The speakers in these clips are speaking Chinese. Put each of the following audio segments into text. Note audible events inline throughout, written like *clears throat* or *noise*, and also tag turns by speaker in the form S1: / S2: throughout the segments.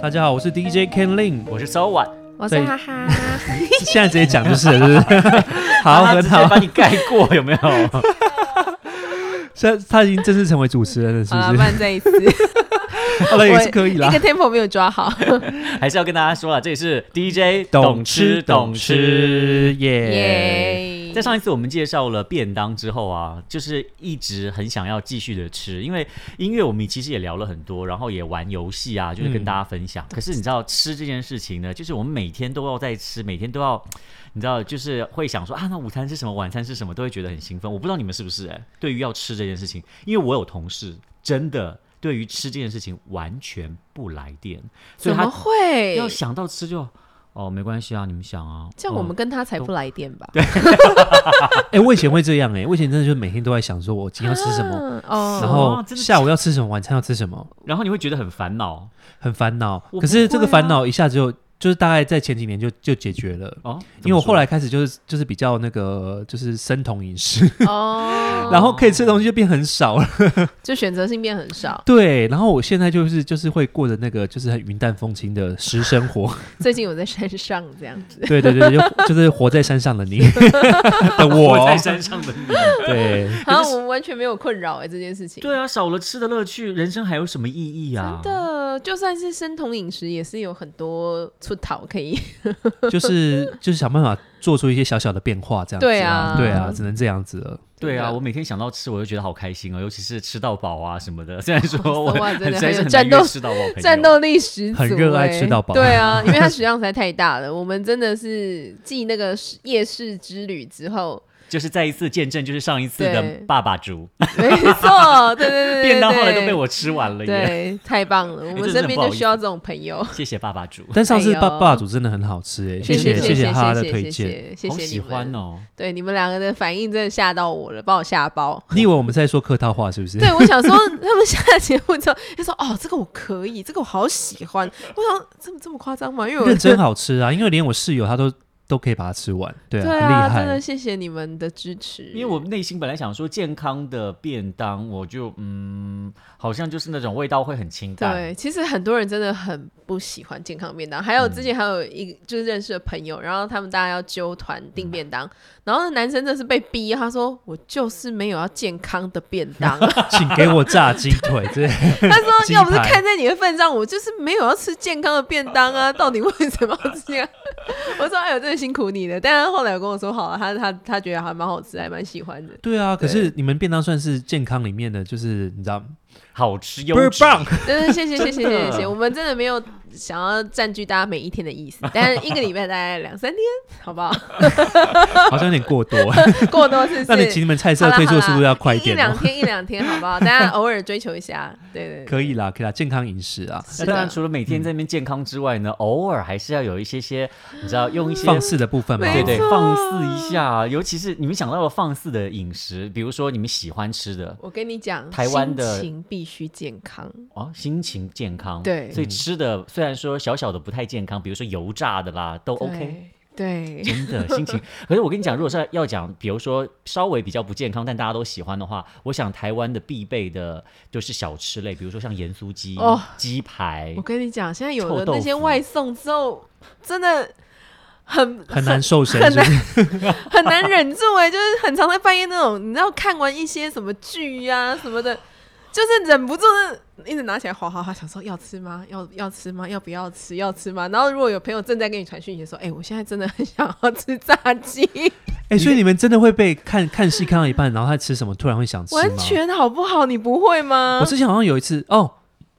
S1: 大家好，我是 DJ Ken Lin，
S2: 我是 So One，
S3: 我
S1: 所
S3: 是
S1: 以 *laughs*
S3: 哈哈，
S1: 现在直接讲就是了，是不是？
S2: *laughs*
S1: 好，
S2: 他
S1: 很
S2: 直接
S1: 好
S2: 把。你盖过，有没有？ *laughs*
S1: 现在他已经正式成为主持人了，是
S3: 好
S1: 不 *laughs* 是
S3: 了，不？然再一次，
S1: *laughs* 好了，也是可以
S3: 那
S1: 啦
S2: *laughs*
S3: 个。tempo 没有抓好，
S2: 还是要跟大家说了，这里是 DJ
S1: 懂吃懂。吃 *laughs* 耶！
S3: 耶！
S2: 在上一次我们介绍了便当之后啊，就是一直很想要继续的吃，因为音乐我们其实也聊了很多，然后也玩游戏啊，就是跟
S1: 嗯
S2: 大家分享。可是你知道吃这件事情呢，就是我们每天都要在吃，每天都要，你知道，就是会想说啊，那午餐是什么，晚餐是什么，都会觉得很兴奋。我不知道你们是不是、哎，对于要吃这件事情，因为我有同事真的对于吃这件事情完全不来电，所以
S3: 怎么
S2: 他
S3: 会？
S2: 要想到吃就哦没关系啊，你们想啊，
S3: 这
S1: 哦
S3: 样我
S2: 嗯
S3: 们跟他才不来电吧？
S1: 哎，我以前会这样哎，我以前真的就是每天都在想说，我今天要吃什么，
S3: 啊？哦，
S1: 然后
S2: 哦真的
S1: 下午要吃什么，晚餐要吃什么，
S2: 然后你会觉得很烦恼。
S1: 很烦恼
S2: 我。
S1: 可是
S2: 不
S1: 这个
S2: 会
S1: 烦
S2: 啊
S1: 恼一下就就是大概在前几年就就解决了。
S2: 哦，怎
S1: 因为
S2: 么
S1: 我后
S2: 说
S1: 来开始就是就是比较那个就是生酮饮食，*laughs*
S3: 哦，
S1: 然后可以吃的东西就变很少了。
S3: 就选择性变
S1: *laughs*
S3: 很少。
S1: 对，然后我现在就是就是会过着那个就是很云淡风轻的食生活。 *laughs*
S3: 最近我在山上这样子，
S1: 对对对，就就是活在山上的你的我
S2: 我，在山上的你。
S1: *laughs* 对，
S3: 然后我们完全没有困扰哎、这件事情。
S2: 对啊，少了吃的乐趣，人生还有什么意义啊？
S3: 真的，就算是生酮饮食，也是有很多出逃可以。
S1: 就是就是想办法做出一些小小的变化，这样子。
S3: 对啊
S1: 对啊，只能这样子了。
S2: 对
S3: 真
S2: 啊，
S3: 的
S2: 我每天想到吃，我就觉得好开心哦，尤其是吃到饱啊什么的。虽然说我
S3: 哇
S2: 很
S3: 真的
S2: 实在是
S3: 很
S2: 很难
S3: 有战斗
S2: 约吃到饱朋友
S3: 战斗力十足、
S1: 很热爱吃到饱
S3: 欸对啊，因为它食量实在太大
S1: *laughs*
S3: 了。我们真的是继那个夜市之旅之后，
S2: 就是再一次见证，就是上一次
S3: 对
S2: 的爸爸猪
S3: *laughs* 没错，
S2: *laughs*
S3: 对对对，对
S2: 便当后来都被。我吃完了
S3: 对
S2: 耶。
S3: 对，太棒了！我
S2: 哎真
S3: 们
S2: 的
S3: 身
S2: 很
S3: 边
S2: 不好
S3: 就
S2: 意
S3: 需
S2: 思
S3: 要这种朋友。
S2: 谢谢爸爸猪，
S1: 但上次
S3: 哎
S1: 爸
S3: 呦
S1: 爸主真的很好吃哎，谢
S3: 谢
S1: 谢
S3: 谢
S1: 谢他的
S3: 谢
S1: 推
S3: 谢
S1: 荐。
S3: 谢谢
S2: 好
S3: 谢
S2: 喜
S3: 你
S2: 欢
S3: 们。嗯
S2: 哦。
S3: 对你们两个的反应真的吓到我了，把我
S2: *laughs*
S3: 吓包。
S1: 你以为我们在说客套话是不是？
S3: 对，我想说他们下节目之后，他说哦，这个我可以，这个我好喜欢。我想这么这么夸张吗？因为我
S1: 认真好吃啊，因为连我室友他都都可以把它吃完，对啊，
S3: 对
S1: 很
S3: 啊，
S1: 厉害。
S3: 真的谢谢你们的支持。
S2: 因为我内心本来想说健康的便当，我就嗯，好像就是那种味道会很清淡
S3: 对，。其实很多人真的很不喜欢健康便当。还有
S1: 嗯
S3: 之前还有一个就是认识的朋友，然后他们大家要揪团订便当，
S1: 嗯
S3: 然后那男生真的是被逼，他说我就是没有要健康的便
S1: *laughs*
S3: 当，他
S1: 请给我炸鸡腿，这
S3: 说
S1: 鸡
S3: 要不是
S1: 排。
S3: 看在你的份上，我就是没有要吃健康的便当啊，到底为什么要这样？我说哎呦，真的辛苦你了。但他后来有跟我说好了，啊他他他觉得还蛮好吃，还蛮喜欢的
S1: 对啊。可是你们便当算是健康里面的，就是你知道
S2: 好吃优
S1: 倍儿
S2: 质，
S1: 棒，
S3: 真的谢谢谢
S2: 真
S3: 谢谢
S1: *laughs*
S2: 的
S3: 谢谢，我们真的没有想要占据大家每一天的意思，但是一个礼拜大概两三天，好不好？
S1: *laughs* 好像有点过多。
S3: *laughs* 过多是
S1: 那
S3: 不
S1: 你
S3: 是？
S1: 请你们菜
S3: 好
S1: 色
S3: 啦
S1: 退
S3: 好
S1: 出
S3: 啦
S1: 速度要快
S3: 一
S1: 点
S3: 一两
S1: 哦。
S3: 天一两天，好
S1: *laughs*
S3: 不好？大家偶尔追求一下，对对对，
S1: 可以啦，可以啦，健康饮食啊，
S3: 是
S2: 那
S3: 的嗯
S2: 当然，除了每天在那边健康之外呢，偶尔还是要有一些些，你知道，用一些
S1: 放肆的部分嘛，
S2: 对对，
S3: 没错
S2: 放肆一下。尤其是你们想到了放肆的饮食，比如说你们喜欢吃的
S3: 我跟你讲，
S2: 台湾的
S3: 心情必须健康，
S2: 哦，心情健康，
S3: 对
S2: 所以吃的虽然说小小的不太健康，比如说油炸的啦，都 OK。
S3: 对。对
S2: 真的心情， *laughs* 可是我跟你讲，如果是要讲，比如说稍微比较不健康，但大家都喜欢的话，我想台湾的必备的就是小吃类，比如说像盐酥鸡、
S3: 哦
S2: 鸡排
S3: 我，跟你讲，现在有
S2: 臭
S3: 的
S2: 豆
S3: 那些
S2: 腐
S3: 外送之后，真的很
S1: 很难瘦身，
S3: 很
S1: 是不
S3: *laughs*
S1: 是？
S3: 很难忍住哎、就是很常在半夜那种，你知道看完一些什么剧呀、什么的， *sighs* 就是忍不住那一直拿起来划划划，想说要吃吗？要要吃吗？要不要吃？要吃吗？然后如果有朋友正在跟你传讯息说，哎、我现在真的很想要吃炸鸡，
S1: *laughs* 哎，所以你们真的会被看看戏看到一半，然后他吃什么突然会想吃吗？
S3: 完全啊好不好？你不会吗
S1: 我？之前好像有一次哦，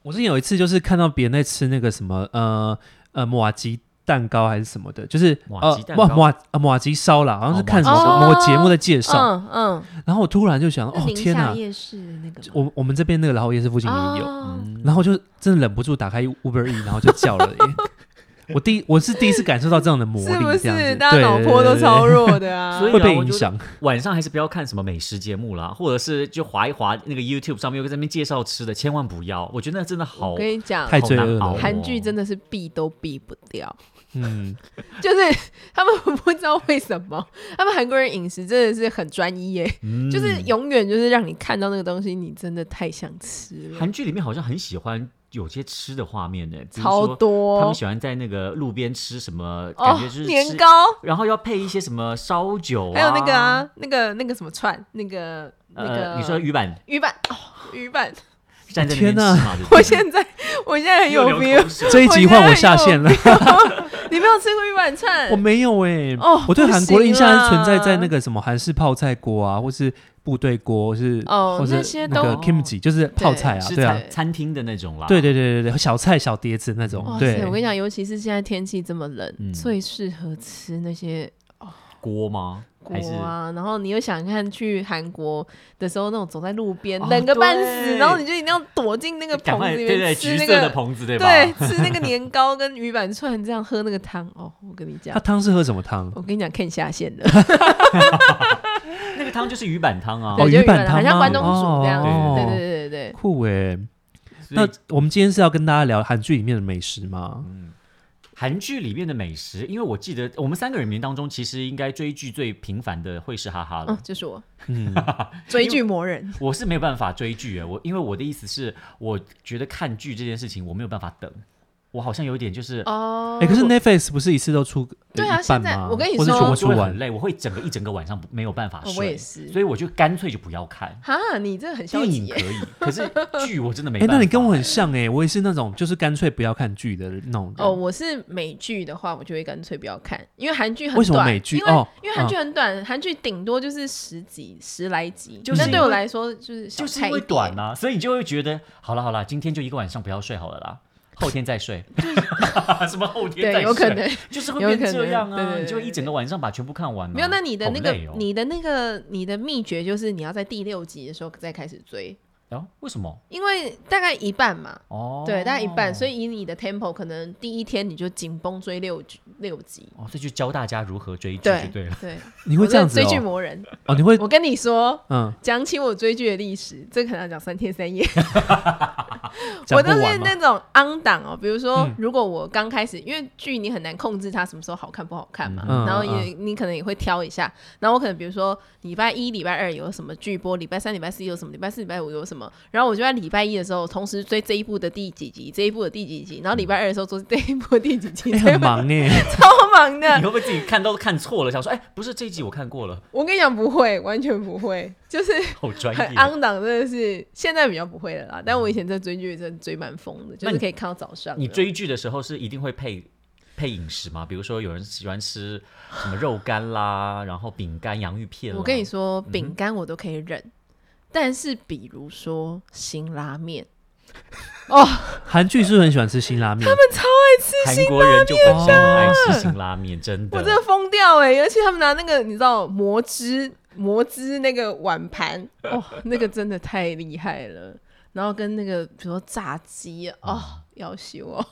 S1: 我之前有一次就是看到别人在吃那个什么呃呃马吉蛋糕还是什么的，就是
S2: 马吉蛋
S1: 呃
S2: 糕
S1: 不马呃马吉烧啦，好像是
S2: 哦
S1: 看什
S3: 马吉
S1: 么
S3: 烧
S1: 某个节目的介绍，
S3: 嗯嗯，
S1: 然后我突然就想，
S3: 那
S1: 哦
S3: 宁
S1: 天
S3: 夏
S1: 哪，
S3: 夜市的那个
S1: 我我们这边那个老虎夜市附近也
S3: 吗
S1: 有，
S3: 哦
S2: 嗯，
S1: 然后我就真的忍不住打开 Uber E，然后就叫
S3: *laughs*
S1: 了耶。我第一我是第一次感受到这样的魔
S3: 是不
S1: 力，这样
S3: 是？
S1: 子，
S3: 大家脑波都超
S1: 对对对对
S3: 弱
S1: *laughs*
S3: 的啊！
S2: 所以
S1: 会
S2: 啊
S1: 被
S2: 我
S1: 影
S2: 就
S3: *laughs*
S1: 响。
S2: 晚上还是不要看什么美食节目啦，或者是就划一划那个 YouTube 上面有个在那边介绍吃的，千万不要，我觉得那真的好
S3: 我跟你讲，
S1: 太罪恶了
S2: 好难熬哦
S3: 韩剧真的是避都避不掉。
S1: 嗯，
S3: 就是 *laughs* 他们不知道为什么，他们韩国人饮食真的是很专一耶，
S2: 嗯
S3: 就是永远就是让你看到那个东西，你真的太想吃了。
S2: 韩剧里面好像很喜欢有些吃的画面呢、比如
S3: 超
S2: 说
S3: 多
S2: 他们喜欢在那个路边吃什么，
S3: 哦
S2: 感觉就是，吃
S3: 年，糕，
S2: 然后要配一些什么烧酒、啊，
S3: 还有那个啊，那个那个什么串，那个那个
S2: 呃，你说鱼板
S3: 鱼板哦，鱼板，
S2: 站在那
S1: 天
S2: 边
S1: 哪
S2: 吃嘛？对不对
S3: 我现在我现在很有
S2: 又流
S3: feel，
S2: 口
S1: *laughs*
S2: 水
S1: 这一集换我下线了，
S3: 你没有吃过鱼板串？
S1: 我没有哎、
S3: 哦
S1: 我对韩国的印象
S3: 不行啦啊
S1: 是存在在那个什么韩式泡菜锅啊，或是部队锅，或是、
S3: 哦
S1: 或是
S3: 那些
S1: 那个
S3: 都
S1: kimchi，就是泡菜啊，
S2: 是
S1: 对啊，
S2: 餐餐厅的那种啦。
S1: 对对对对对，小菜小碟子那种，
S3: 哇
S1: 对
S3: 塞！我，跟你讲，尤其是现在天气这么冷，
S2: 嗯
S3: 最适合吃那些
S2: 锅吗？
S3: 锅
S2: 还是
S3: 啊。然后你又想看去韩国的时候，那种走在路边、
S2: 哦
S3: 冷个半死，
S2: 对哎
S3: 然后你就一定要躲进那个
S2: 赶
S3: 棚
S2: 快
S3: 子里
S2: 对对
S3: 面吃
S2: 橘色
S3: 那个
S2: 的棚子对吧？
S3: 对，吃那个年糕跟鱼板串，这样喝那个汤哦。我跟你讲
S1: 它，汤是喝什么汤？
S3: 我跟你讲，Ken 下线了，
S2: 那个汤就是鱼板汤啊
S1: 哦。
S3: 对就
S1: 鱼板汤
S3: 很像
S1: 吗
S3: 关东煮这样子。
S1: 哦
S3: *laughs* 对对对对对，
S1: 酷哎！
S2: 所以
S1: 那我们今天是要跟大家聊韩剧里面的美食吗？
S3: 嗯
S2: 韩剧里面的美食，因为我记得我们三个人里面当中，其实应该追剧最频繁的会是哈哈了。
S3: 嗯，就是我
S1: 嗯，
S3: *laughs* 追剧
S2: *laughs*
S3: 魔人。
S2: 我是没有办法追剧诶，我因为我的意思是，我觉得看剧这件事情我没有办法等，我好像有点就是。
S3: 哦，
S1: 哎，可是 Netflix 不是一次都出呃
S3: 对啊
S1: 一半吗
S3: 现在我跟你
S1: 或是
S3: 说
S1: 全部
S2: 我
S1: 出
S2: 就会
S1: 完
S2: 很，累，我会整个一整个晚上不没有办法
S3: 哦
S2: 睡，
S3: 我也是
S2: 哎所以我就干脆就不要看。
S3: 哈，你这很消
S2: 电
S3: 极
S2: 影
S3: 耶
S2: 可。以，可是剧我
S3: *laughs*
S2: 真的没
S1: 哎、
S2: 办法。
S1: 那你跟我很像哎、我也是那种就是干脆不要看剧的那种人。
S3: 哦，我是美剧的话，我就会干脆不要看，因为韩剧很短。
S1: 为什么美剧
S3: 因为、
S1: 哦
S3: 因为韩剧很短，韩剧顶多就是十集、十来集，
S2: 就是
S3: 那
S2: 因
S3: 对我
S2: 为
S3: 来说就是小
S2: 就是
S3: 菜
S2: 因为
S3: 一碟
S2: 短啊，所以你就会觉得好了好了，今天就一个晚上不要睡好了
S3: *laughs*
S2: 啦，后天再睡。 *laughs* 什么后天再
S3: 对，
S2: 睡？
S3: 有可能。
S2: 就是会
S3: 有
S2: 变
S3: 可能
S2: 这样
S3: 对对
S2: 啊，
S3: 对
S2: 你就一整个晚上把全部看完啊。
S3: 没有，那你的那个、
S2: 好累哦
S3: 你的那个、你的秘诀就是你要在第六集的时候再开始追，
S2: 啊？为什么？
S3: 因为大概一半嘛，
S2: 哦，
S3: 对，大概一半，所
S2: 以
S3: 以以你的 tempo，可能第一天你就紧绷追六集六集，
S2: 哦，所以就教大家如何追剧
S3: 对
S2: 就对了。 *laughs*
S3: 对，
S1: 你会
S3: 我
S1: 这样
S3: 是
S1: 子
S3: 追剧
S1: 哦、
S3: 魔人，
S1: 哦，你会
S3: 我跟你说，
S1: 嗯
S3: 讲起我追剧的历史，这可能要讲三天三夜。
S1: 讲
S3: 我
S1: 不
S3: 都是
S1: 完吗
S3: 那？种 on 档哦，比如说
S1: 嗯，
S3: 如果我刚开始，因为剧你很难控制它什么时候好看不好看嘛，
S1: 嗯
S3: 然后也你可能也会挑一下。然后我可能比如说礼拜一、礼拜二有什么剧播，礼拜三、礼拜四有什么，礼拜四、礼拜五有什么。然后我就在礼拜一的时候同时追这一部的第几集，这一部的第几集，然后礼拜二的时候追这一部的第几集，
S1: 哎
S3: 所以
S1: 嗯 *laughs* 很忙哎、
S3: *laughs* 超忙
S2: 你
S3: 的。
S2: 会不会自己看都看错了？想说，哎，不是这一集我看过了， *laughs*
S3: 我跟你讲，不会，完全不会，
S1: *laughs*
S3: 就是
S2: 好专
S3: 很
S2: 业。
S3: 昂档，真的是现在比较不会了啦。但我以前在追剧真的追蛮疯的，就
S2: 那
S3: 是
S2: 你
S3: 可以看到早上的。
S2: 你追剧的时候是一定会配配饮食吗？比如说有人喜欢吃什么肉干啦，然后饼干、洋芋片啦。嗯
S3: 我跟你说，饼干我都可以忍，但是比如说辛拉面，
S1: 韩剧是不是很喜欢吃辛
S3: *laughs*
S1: 拉面，他们
S2: 韩国人就本身很爱吃辛拉面，真的。
S3: 哦我真的疯掉哎、欸！而且他们拿那个你知道磨汁磨汁那个碗盘，哦，那个真的太厉害了。然后跟那个比如说炸鸡
S2: 嗯
S3: 哦，要修哦，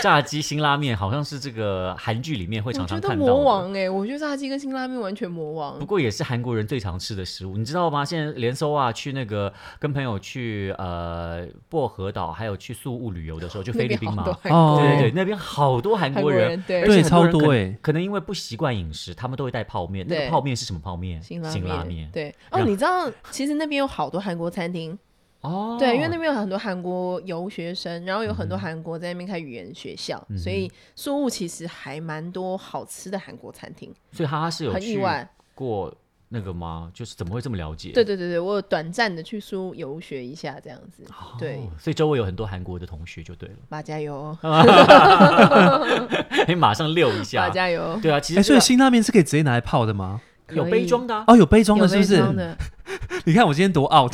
S2: 炸鸡辛拉面好像是这个韩剧里面会
S3: 我
S2: 常
S3: 觉
S2: 常
S3: 得
S2: 看到的。
S3: 魔王哎、我觉得炸鸡跟辛拉面完全魔
S2: 不
S3: 王。
S2: 过也是韩国人最常吃的食物，你知道吗？现在连搜啊，去那个跟朋友去呃薄荷岛，还有去宿务旅游的时候，就
S3: 那
S2: 菲律
S3: 边
S2: 宾
S3: 好
S2: 嘛
S3: 多，韩
S1: 哦
S3: 国
S2: 对
S3: 人，
S2: 对对，那边好多韩
S3: 韩
S2: 国人，
S3: 人对
S2: 而
S1: 对
S2: 且很多
S1: 超
S2: 人
S1: 多
S2: 可
S1: 欸
S2: 可能因为不习惯饮食，他们都会带泡面。那
S3: 对
S2: 个泡面是什么泡面？
S3: 辛拉
S2: 拉
S3: 面
S2: 面。
S3: 对
S2: 然
S3: 哦，
S2: 后
S3: 你知道其实那边有好多韩国餐厅，
S2: 哦，嗯
S3: 对，因为那边有很多韩国游学生，然后有很多韩国在那边开语言学校，所以宿务其实还蛮多好吃的韩国餐厅，
S2: 所以哈哈是有
S3: 很意
S2: 去
S3: 外。
S2: 过那个吗？就是怎么会这么了解？
S3: 对对对对，我有短暂的去宿务游学一下这样子，对
S2: 哦，，所以周围有很多韩国的同学就对了， *laughs*
S3: 马加油哦，
S2: 可以马上溜一
S3: 马
S2: 下。
S3: 加油
S2: *laughs*
S3: 哦，
S2: 对啊，其
S1: 哎、所
S2: 实这
S1: 以
S2: 个
S1: 辛拉面是可以直接拿来泡的吗？
S2: 有
S3: 可以
S2: 杯装的啊，
S1: 哦，有杯装的，
S3: 有
S1: 是不
S3: 杯
S1: 是？
S3: 装的，
S1: 你看我今天多
S3: *laughs*
S1: out，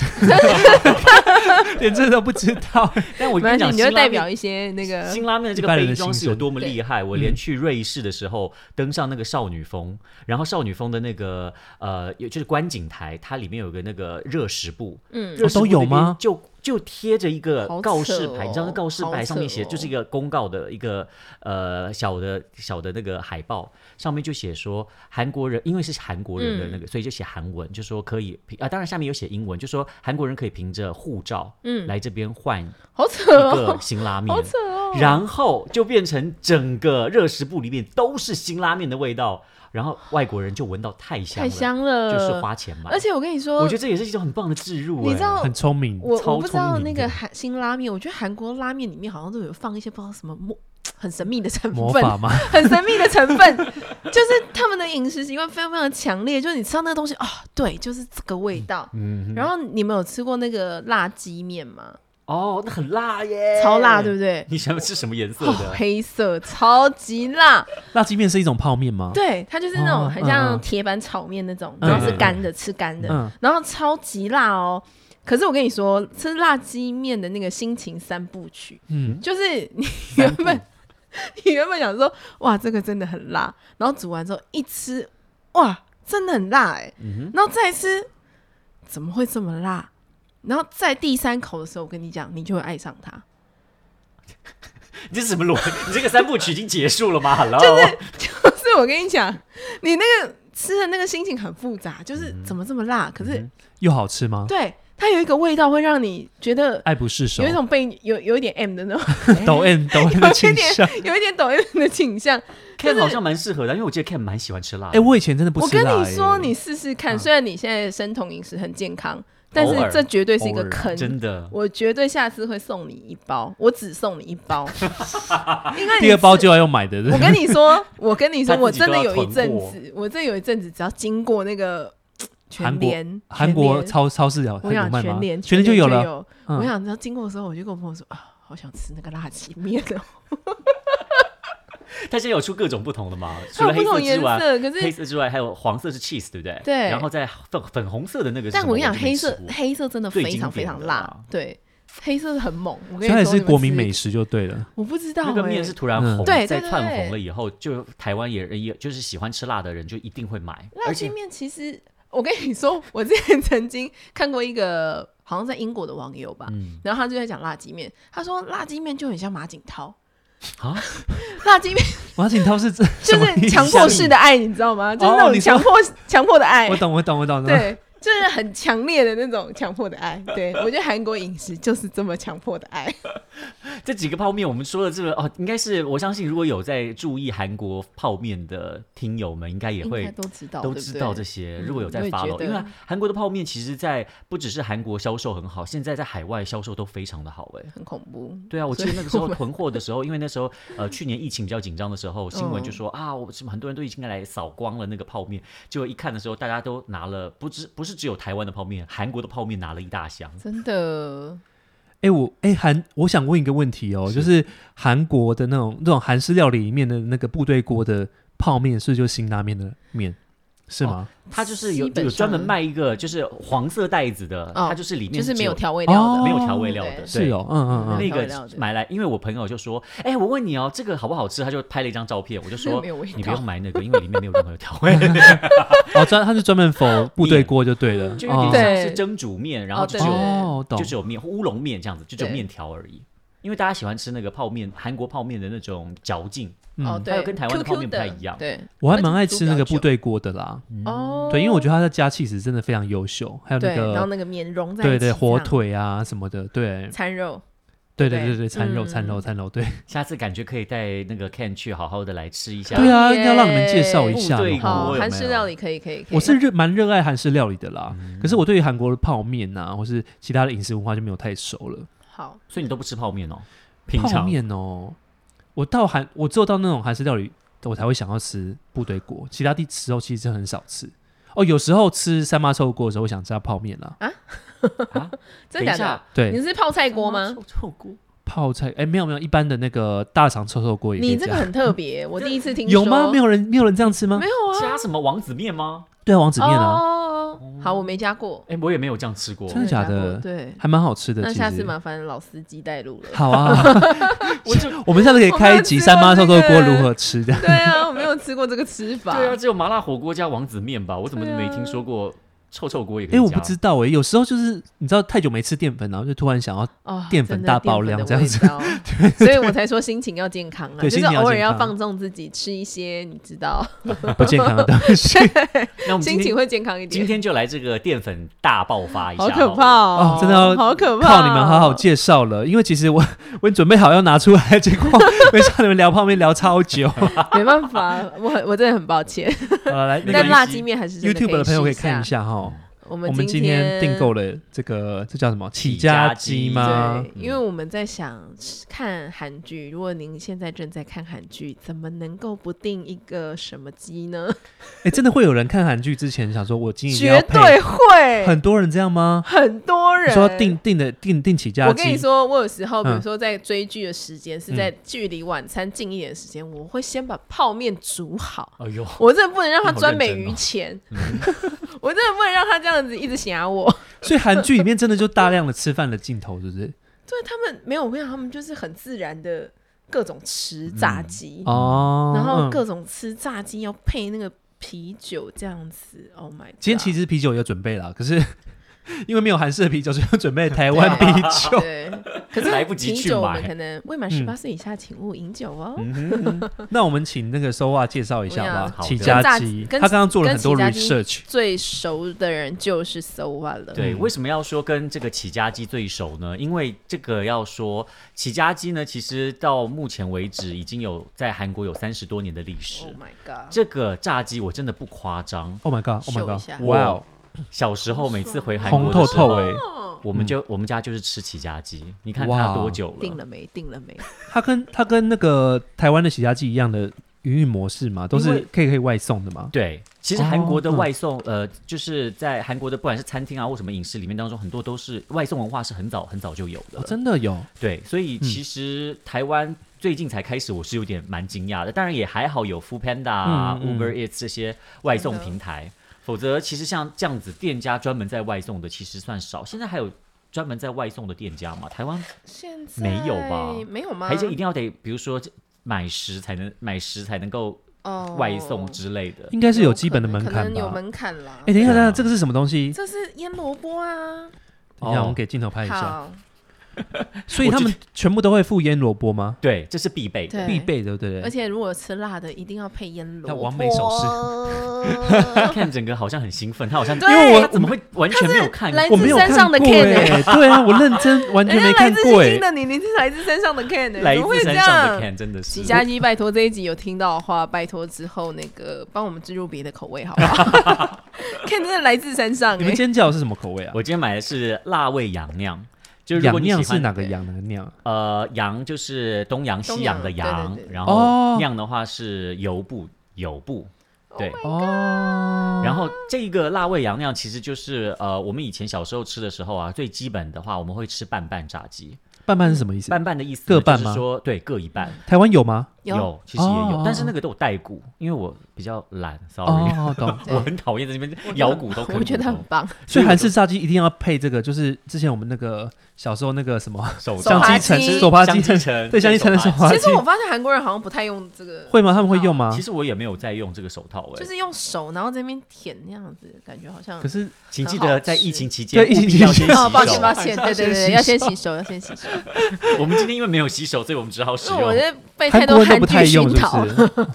S1: 连这都不知道。
S2: 但我跟
S3: 没
S2: 你
S3: 关系，
S2: 讲，
S3: 你就
S2: 辛拉
S3: 代
S2: 面
S3: 表一些那个
S2: 辛拉面的这
S1: 一
S2: 个
S1: 般人的
S2: 杯装
S1: 心
S2: 是
S1: 声
S2: 有多么厉害，我连去瑞士的时候登上那个少女峰，然后少女峰的那个呃，有就是观景台，它里面有个那个热食部，
S3: 嗯
S2: 热食部
S1: 哦都有
S2: 那边
S1: 吗
S2: 就就贴着一个
S3: 好扯
S2: 告示牌，你知道那告示
S3: 好扯
S2: 牌上面写
S3: 哦
S2: 就是一个公告的一个呃小的小的那个海报，上面就写说韩国人，因为是韩国人的
S3: 嗯
S2: 那个，所以就写韩文，就说可以凭啊，当然下面有写英文，就说韩国人可以凭着护照
S3: 嗯，
S2: 来这边
S3: *laughs*
S2: 换
S3: 好扯
S2: 一
S3: 哦
S2: 个，辛拉面
S3: 好，
S2: *laughs*
S3: 扯哦，
S2: 然后就变成整个热食部里面都是辛拉面的味道。然后外国人就闻到太香
S3: 太香了，
S2: 就是花钱买。
S3: 而且我跟你说，
S2: 我觉得这也是一种很棒的置入、
S3: 你
S2: 哎
S3: 知道
S1: 很聪明。
S3: 我
S2: 超
S3: 我不知
S2: 聪
S3: 道
S2: 明
S3: 那
S2: 的
S3: 个韩新拉面，我觉得韩国拉面里面好像都有放一些不知道什么魔很神秘的成
S1: 魔
S3: 分， *laughs*
S1: 法吗？
S3: 很神秘的成分，就是他们的饮食习惯非常非常强烈，就是你吃到那个东西啊、对，就是这个味道。
S2: 嗯，
S3: 然后你们有吃过那个辣鸡面吗？
S2: 哦，那很辣耶，
S3: 超辣，对不对？
S2: 你想要吃什么颜色
S3: 哦
S2: 的？，哦
S3: 黑色，超级辣。
S1: 辣鸡面是一种泡面吗？，
S3: 对，它就是那种
S1: 哦
S3: 很
S1: 嗯嗯
S3: 像铁板炒面那种，
S1: 嗯
S3: 然后是
S2: 嗯
S3: 干的，吃干的，
S1: 嗯
S3: 然后超级辣哦。可是我跟你说，吃辣鸡面的那个心情三部曲，
S1: 嗯，
S3: 就是你
S2: 三
S3: 原
S2: 部
S3: 本你原本想说，哇，这个真的很辣，然后煮完之后一吃，哇，真的很辣哎、
S2: 嗯
S3: 然后再吃，怎么会这么辣？然后在第三口的时候，我跟你讲，你就会爱上它。 *laughs*
S2: 哼，你这是什么逻？你这个三部曲已经结束了吗？Hello，
S3: 就是我跟你讲，你那个吃的那个心情很复杂，就是怎么这么辣？可是、
S2: 嗯
S1: 又好吃吗？
S3: 对它有一个味道，会让你觉得
S1: 爱不释手
S3: *laughs* 有，一种被有有一点 M 的那
S2: *laughs*
S3: 种，
S1: 抖 M 抖 M 的
S3: 有
S1: 倾
S3: 一点
S1: 向。
S3: 有一点抖 M 的
S2: *laughs*
S3: 倾向。
S2: Ken 好像蛮适合的，因为我记得 Ken 蛮喜欢吃辣的。欸啊
S1: 哎，我以前真的不
S3: 我
S1: 吃
S3: 跟
S1: 辣。
S3: 你说，
S1: 哎
S3: 你试试看。
S1: 嗯
S3: 虽然你现在生酮饮食很健康，但是
S2: 偶尔
S3: 这绝对是一个
S2: 偶尔啊
S3: 坑。
S2: 真的。
S3: 我绝对下次会送你一包，我只送你一
S1: *laughs*
S3: 包，因为你
S1: 第二包就要用买的，
S3: 我跟你
S1: *laughs*
S3: 说，我跟你说，
S2: 他自己
S3: 我真的有一
S2: 都
S3: 阵
S2: 要
S3: 子，我真有一阵子，只要经过那个嘖
S1: 韩
S3: 全
S1: 国
S3: 联，
S1: 韩
S3: 全
S1: 国
S3: 联
S1: 超超市有
S3: 我
S1: 很有
S3: 想
S1: 卖吗
S3: 全？联，
S1: 全
S3: 联
S1: 就有了。
S3: 了。
S1: 嗯
S3: 我想知道经过的时候，我就跟我朋友说啊，好想吃那个辣鸡面
S2: *laughs*
S3: 哦，
S2: 它现在有出各种不同的嘛，除
S3: 它
S2: 了
S3: 有
S2: 黑
S3: 不
S2: 色
S3: 同颜
S2: 之外，
S3: 色，可
S2: 黑
S3: 是。
S2: 色之外还有黄色是 cheese，对不对？
S3: 对
S2: 然后在粉粉红色的那个是什
S3: 但
S2: 么，
S3: 我跟你讲，
S2: 就没
S3: 黑
S2: 吃
S3: 色
S2: 过
S3: 黑色真的
S2: 最
S3: 非常
S2: 经
S3: 非
S2: 典
S3: 常
S2: 的
S3: 辣
S2: 啦，
S3: 对，黑色很猛。我
S1: 所
S3: 跟
S1: 以它也
S3: 说，
S1: 是
S3: 你们
S1: 国民
S3: 吃
S1: 美食就对了。
S3: 我不知道
S2: 那个面
S3: 欸
S2: 是突然
S1: 嗯
S2: 红，
S3: 对
S2: 在
S3: 对
S2: 窜
S3: 对
S2: 红了以后，就台湾也也就是喜欢吃辣的人就一定会买，
S3: 辣
S2: 而
S3: 鸡
S2: 且
S3: 面其实，我跟你说，我之前曾经看过一个好像在英国的网友吧，
S2: 嗯
S3: 然后他就在讲辣鸡面，他说辣鸡面就很像马景涛，
S2: 啊，
S3: 辣鸡面
S1: 马景涛是这
S3: 就
S1: 什么
S3: 是
S1: 意
S3: 强
S1: 思
S3: 迫式的爱，你知道吗？就是
S1: 哦
S3: 那
S1: 你
S3: 种
S1: 说
S3: 强迫强迫的
S1: *laughs*
S3: 爱
S1: 我，懂，我懂，我懂。我懂，
S3: 对，就是很强烈的那种强迫的爱。对我觉得韩国饮食就是这么强迫的爱，
S2: 这几个泡面我们说的这个哦，应该是我相信如果有在注意韩国泡面的听友们，应该也
S3: 应该
S2: 会
S3: 都知道，
S2: 都
S3: 对不
S2: 知
S3: 对
S2: 道这些。
S3: 嗯
S2: 如果有在
S3: 我也觉
S2: follow，
S3: 得
S2: 因为韩国的泡面其实，在不只是韩国销售很好，现在在海外销售都非常的好哎。
S3: 很恐怖。
S2: 对啊，我记
S3: 所以
S2: 得那个时
S3: 我
S2: 候
S3: 们
S2: 囤货的时候，因为那时候呃去年疫情比较紧张的时候，新闻就
S3: 嗯
S2: 说、啊，我什么很多人都已经来扫光了那个泡面，结果一看的时候，大家都拿了不只不是只有台湾的泡面，韩国的泡面拿了一大箱。
S3: 真的，
S1: 哎、我哎韩、我想问一个问题哦，
S2: 是
S1: 就是韩国的那种那种韩式料理里面的那个部队锅的泡面，是不是就是辛拉面的面，是吗？
S3: 哦
S2: 它就是有
S3: 基本
S2: 有专门
S3: 上
S2: 卖一个就是黄色袋子的，
S3: 哦
S2: 它就是里面
S3: 就是没有
S2: 只
S3: 调味料的，
S2: 没有调味料
S3: 哦
S2: 的，
S3: 对
S1: 是
S2: 对。
S1: 哦，嗯嗯嗯，
S2: 那
S3: 调味料
S2: 个
S3: 的
S2: 买来，因为我朋友就说：“哎、我问你哦，这个好不好吃？”他就拍了一张照片，我就
S3: 那个
S2: 说
S3: *laughs* 没有味：“
S2: 你不
S3: 道
S2: 用买那个，因为里面没有任何调
S3: *laughs*
S2: 味，
S1: 哦专它是专门否部队锅就对了，
S2: 就有点
S1: 哦
S2: 像
S3: 对
S2: 是蒸煮面，然后
S3: 哦
S2: 就
S3: 对
S2: 只有、
S1: 哦，懂
S2: 就只有面乌龙面这样子，就只有
S3: 对
S2: 面条而已。因为大家喜欢吃那个泡面，韩国泡面的那种嚼劲，
S3: 哦，
S1: 嗯，
S3: 对，
S2: 还有跟台湾的
S3: QQ
S2: 泡面不太一样嗯
S3: 对，
S1: 我还蛮爱吃那个部队锅的啦，
S3: 哦，
S1: 对，因为我觉得它的加气质真的非常优秀，还有
S3: 对，
S1: 那
S3: 然后
S1: 个
S3: 那个面融在一
S1: 对
S3: 起
S1: 对火
S3: 这样
S1: 腿啊什么的，对
S3: 掺肉，
S1: 对
S3: 对
S1: 对对对，餐肉
S3: 嗯
S1: 餐肉餐肉，对
S2: 下次感觉可以带那个 Ken 去好好的来吃一下。
S1: 对啊，
S3: 耶
S1: 要让你们介绍一下
S2: 部队
S1: 哦
S2: 锅
S3: 好，
S2: 有啊
S3: 韩
S2: 没
S3: 式
S2: 有
S3: 料理可以可以可以。
S1: 我是热蛮热爱韩式料理的啦，
S2: 嗯
S1: 可是我对于韩国的泡面呐、或是其他的饮食文化就没有太熟了。
S3: 好，
S2: 所以你都不吃泡面哦？平
S1: 泡
S2: 常
S1: 面哦，我到韩，我只有到那种韩式料理，我才会想要吃部队锅，其他地时候其实很少吃。哦，有时候吃三妈臭锅的时候，我想吃它泡面啦。
S2: 啊，等
S3: 真
S2: 一
S3: 假
S2: 下
S3: 的？，你
S1: 对，
S3: 是泡菜锅吗？
S2: 臭臭锅，
S1: 泡菜，哎、没有没有，一般的那个大肠臭臭锅也可
S3: 你
S1: 以
S3: 这
S1: 加
S3: 个很特别，我第一次听
S1: 有吗？没
S3: 有，
S1: 有人没有人这样吃吗
S3: 没？有啊，
S2: 加什么王子面吗？
S1: 对啊，王子面啊，
S3: 哦，好，我没加过，
S2: 哎，我也没有这样吃过。
S1: 真的假的
S3: 没有加
S1: *laughs*
S3: 过对，
S1: 还蛮好吃的。
S3: 那
S1: 其
S3: 下次
S1: 实
S3: 麻烦老司机带路
S1: *laughs*
S3: 了。
S1: 好
S3: *laughs*
S1: 啊，
S2: 我就
S1: 我们下次可以开一集
S3: 我没有吃
S1: 三妈臭
S3: 过
S1: 臭
S3: 这
S1: 锅
S3: 个
S1: 如何吃的。
S3: 对啊，我没有吃过这个吃法。
S2: 对啊，只有麻辣火锅加王子面吧，我怎么没听说过臭臭锅也可
S1: 哎，
S2: 以
S1: 我
S2: 加
S1: 不知道哎、有时候就是你知道太久没吃淀粉，然后就突然想要
S3: 哦，
S1: 淀粉
S3: 真的
S1: 大爆量
S3: 淀粉
S1: *laughs*
S3: 的味道所以我才说心情要健康啊，
S1: 对
S3: 就是
S1: 心情要
S3: 偶尔要
S1: 健康
S3: 放纵自己，吃一些你知道， *laughs*
S1: 不健康的东西
S2: 那我们今
S3: 心
S2: 天
S3: 情会健康一
S2: 今
S3: 点。
S2: 天就来这个淀粉大爆发一下，
S3: 好可怕哦
S1: 哦真的要
S3: 好可怕！
S1: *laughs*
S3: 哦
S1: 靠你们好好，介绍了，因为其实我我准备好要拿出来，结果没想到你们聊泡面聊超久。 *laughs*
S3: 没办法，我很我真的很抱歉。
S1: 好了，来那
S2: 关
S3: 但
S2: 系
S1: 个
S3: 辣鸡面还是真
S1: YouTube 的
S3: 的
S1: 朋友可以
S3: 试
S1: 看一。下哈，
S3: 我
S1: 我
S3: 们
S1: 们今天订购了啊这个这叫什么起
S2: 起
S1: 家
S2: 家
S1: 鸡
S2: 鸡
S1: 吗
S3: 对？，
S1: 嗯
S3: 因为我们在想看韩剧，如果您现在正在看韩剧，怎么能够不订一个什么鸡呢？
S1: 哎，真的会有人看韩剧之前想说，我今天一定要
S3: 绝
S1: 配
S3: 对会，
S1: 很多人这样吗？
S3: 很多
S1: 你
S3: 人
S1: 说订订的订订起家鸡，
S3: 我跟你说，我有时候，比如
S1: 嗯
S3: 说在追剧的时间，是在距离晚餐近一点的时间，我会先把泡面煮好。
S2: 哎呦，
S3: 我真的不能让他
S2: 你好
S3: 专美
S2: 认真
S3: 于
S2: 哦
S3: 前，
S1: 嗯
S3: *laughs* 我真的不能让他这样子一直想我。
S1: 所以韩剧里面真的就大量的吃饭的镜头，是不是？
S3: 对他们没有，我跟你讲，他们就是很自然的各种吃炸鸡，
S1: 哦，
S3: 然后
S1: 嗯
S3: 各种吃炸鸡要配那个啤酒这样子。Oh my！
S1: 今天其
S3: 实
S1: 实啤酒有准备了，可是 *laughs* 因为没有韩式的啤酒，所以要准备台湾啤酒。
S3: 对，啊可是
S2: 来不及
S3: 啤
S2: 去
S3: 酒我
S2: 买
S3: 们可能未满十八岁以下，请勿饮酒哦。
S1: *laughs* 那我们请那个 SOA 介绍一下
S3: 我要
S1: 吧，
S2: 好
S1: 起
S2: 的
S1: 家
S3: 跟
S1: 鸡，他
S3: 跟
S1: 刚刚做了很多
S3: 跟起家
S1: research，
S3: 最熟的人就是 So What 了。
S2: 对，
S1: 嗯
S2: 为什么要说跟这个起家鸡最熟呢？因为这个要说起家鸡呢，其实到目前为止已经有在韩国有三十多年的历史
S3: Oh。my god！
S2: 这个炸鸡我真的不夸张，
S1: Oh my god，Oh
S3: 秀一
S1: my
S3: 下
S1: god，哇哦，
S2: 小时候每次回韩
S1: 红
S2: 国的
S1: 透
S2: 时候，
S1: 透哎！
S3: 哦
S2: 我们就我们家就是吃起家鸡，你看
S1: 哇
S2: 它多久
S3: 定
S2: 了？
S3: 了没？定了没？
S1: 它跟它跟那个台湾的起家鸡一样的营运模式嘛，都
S2: 因
S1: 是
S2: 为
S1: 可以可以外送的嘛。
S2: 对，其实
S1: 哦
S2: 韩国的
S1: 嗯
S2: 外送，呃，就是在韩国的不管是餐厅啊或什么饮食里面当中，很多都是外送文化是很早很早就有的
S1: 哦，。真的嗯有，
S2: 对，所以其实台湾最近才开始，我是有点蛮惊讶的。当然也还好有 Food Panda 啊、
S1: 嗯嗯
S2: Uber Eats 这些外送平台，否则其实像这样子店家专门在外送的其实算少。现在还有专门在外送的店家吗？台湾
S3: 现在
S2: 没有吧
S3: 没有吗？
S2: 还是一定要得，比如说买食才能买食才能够
S3: 哦
S2: 外送之类的。
S1: 应该是有基本的门
S3: 可
S1: 槛
S3: 能有
S1: 吧？
S3: 门槛啦。
S1: 哎，等一下，
S2: 对
S1: 等
S2: 啊
S1: 一下，这个是什么东西？
S3: 这是腌萝卜啊！
S1: 等一下，
S2: 哦
S1: 我们给镜头拍一下。
S3: 好，
S1: 所以他
S2: 我
S1: 们
S2: 记
S1: 全部都会附腌萝卜吗？
S2: 对，这是必备的。
S3: 对
S1: 必备的，对不对？
S3: 而且如果吃辣的，一定要配腌萝
S1: 那
S3: 卜。
S1: 完美手势 *laughs*
S2: 看整个好像很兴奋，他好像
S3: 对
S1: 因为我
S2: 他怎么会完全没有看过？
S3: 来
S1: 我没有
S3: 自山上的
S1: 看过
S3: Ken
S1: 欸对啊，我认真
S3: *laughs*
S1: 完全
S3: 人
S1: 没
S3: 家来
S1: 看
S3: 自
S1: 过
S3: 星
S1: 哎
S3: 星。的你，你是来自山上的 Ken，呢
S2: 来
S3: 怎么会
S2: 自
S3: 这
S2: 山上的
S3: 样？
S2: 看，真的是
S3: 起家鸡，拜托这一集有听到的话，拜托之后那个帮我们置入别的口味好不好
S1: *laughs*
S3: ？Ken 真的来自山上
S1: 你
S3: 哎
S1: 们，煎饺是什么口味啊？
S2: 我今天买的是辣味羊酿，就是如果
S1: 洋
S2: 你
S1: 酿
S2: 喜欢
S1: 是哪个洋？哪个酿？
S2: 呃，羊就是东洋西洋的
S3: 东洋
S2: 洋
S3: 对对，对
S2: 然
S1: 哦
S2: 后酿的话是油布油布，
S3: ，Oh
S2: 对。
S1: 哦，
S2: 然后这个辣味羊酿其实就是呃，我们以前小时候吃的时候啊，最基本的话我们会吃半半炸鸡。
S1: 拌拌是什么意思？
S2: 半半的意思呢
S1: 各半
S2: 就
S1: 吗
S2: 是说对各一半，
S1: 台湾有吗？
S2: 有其实也有
S1: 哦，
S2: 但是那个都有带骨，因为我比较懒，sorry，
S1: 哦，
S3: *laughs*
S1: 懂。
S2: 我很讨厌在这边咬骨头啃骨头。
S3: 我觉得很
S1: *laughs*
S3: 棒。
S1: 所
S2: 所
S1: 以
S2: 以
S1: 韩式炸鸡一定要配这个，就是之前我们那个小时候那个什么
S2: 手
S3: 手
S1: 相
S3: 扒
S1: 机
S3: 鸡
S1: 城、手扒鸡
S2: 相机
S1: 城，
S2: 城
S1: 对，相机城的手
S2: 手
S1: 扒
S3: 其
S1: 鸡
S3: 实我发现韩国人好像不太用这个，
S1: 会吗？他们会用吗？
S2: 其实我也没有在用这个手套哎，
S3: 就是用手，然后在那边舔那样子，感觉好像
S1: 可。是
S2: 哎请
S3: 很
S2: 记
S3: 好
S2: 得在
S3: 吃
S2: 疫情期间，
S1: 对疫情期
S2: 要
S1: 间
S2: 先洗
S3: *laughs* 哦，
S2: 手。
S3: 抱歉抱歉，对对
S1: 先 *laughs*
S3: 对，
S1: 洗
S3: 要先洗手，要先洗手。
S2: 我们今天因为没有洗手，所以我们只好使
S3: 因为我
S2: 用。
S3: 觉得被
S1: 韩
S3: 太
S1: 国
S3: 多
S1: 人都
S3: 韩
S1: 不太
S3: 剧
S1: 用，
S3: 熏
S1: 是
S3: 陶
S1: 不，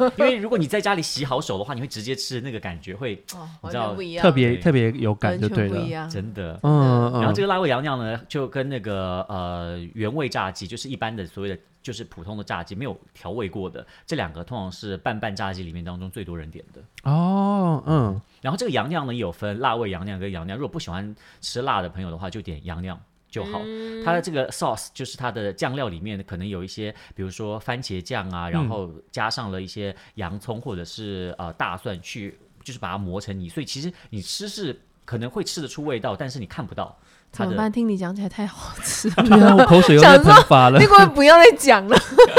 S1: 是？
S2: 因为如果你在家里洗好手的话，你会直接吃，那个感觉会
S3: 哦
S2: 你
S3: 完
S2: 知道
S3: 全不一样，
S1: 特别
S2: 对
S1: 特别有感
S3: 完
S1: 就
S3: 全
S1: 对
S3: 不
S1: 了
S3: 一。样。
S2: 真的。
S1: 嗯嗯，
S2: 然后这个辣味羊酿呢，就跟那个呃原味炸鸡，就是一般的所谓的就是普通的炸鸡，没有调味过的这两个，通常是拌拌炸鸡里面当中最多人点的。
S1: 哦，
S3: *laughs*
S1: 嗯，
S2: 然后这个羊酿呢也有分辣味羊酿跟羊酿，如果不喜欢吃辣的朋友的话，就点羊酿就好。
S3: 嗯
S2: 它的这个 sauce 就是它的酱料里面可能有一些，比如说番茄酱啊，然后加上了一些洋葱或者是呃大蒜去，就是把它磨成泥，所以其实你吃是可能会吃得出味道，但是你看不到它
S3: 怎么
S2: 的。
S3: 办？听你讲起来太好吃
S2: *laughs*
S3: 了。
S1: 对啊，我口水又在喷发了 *laughs*
S3: 那。个不要再讲了， *laughs*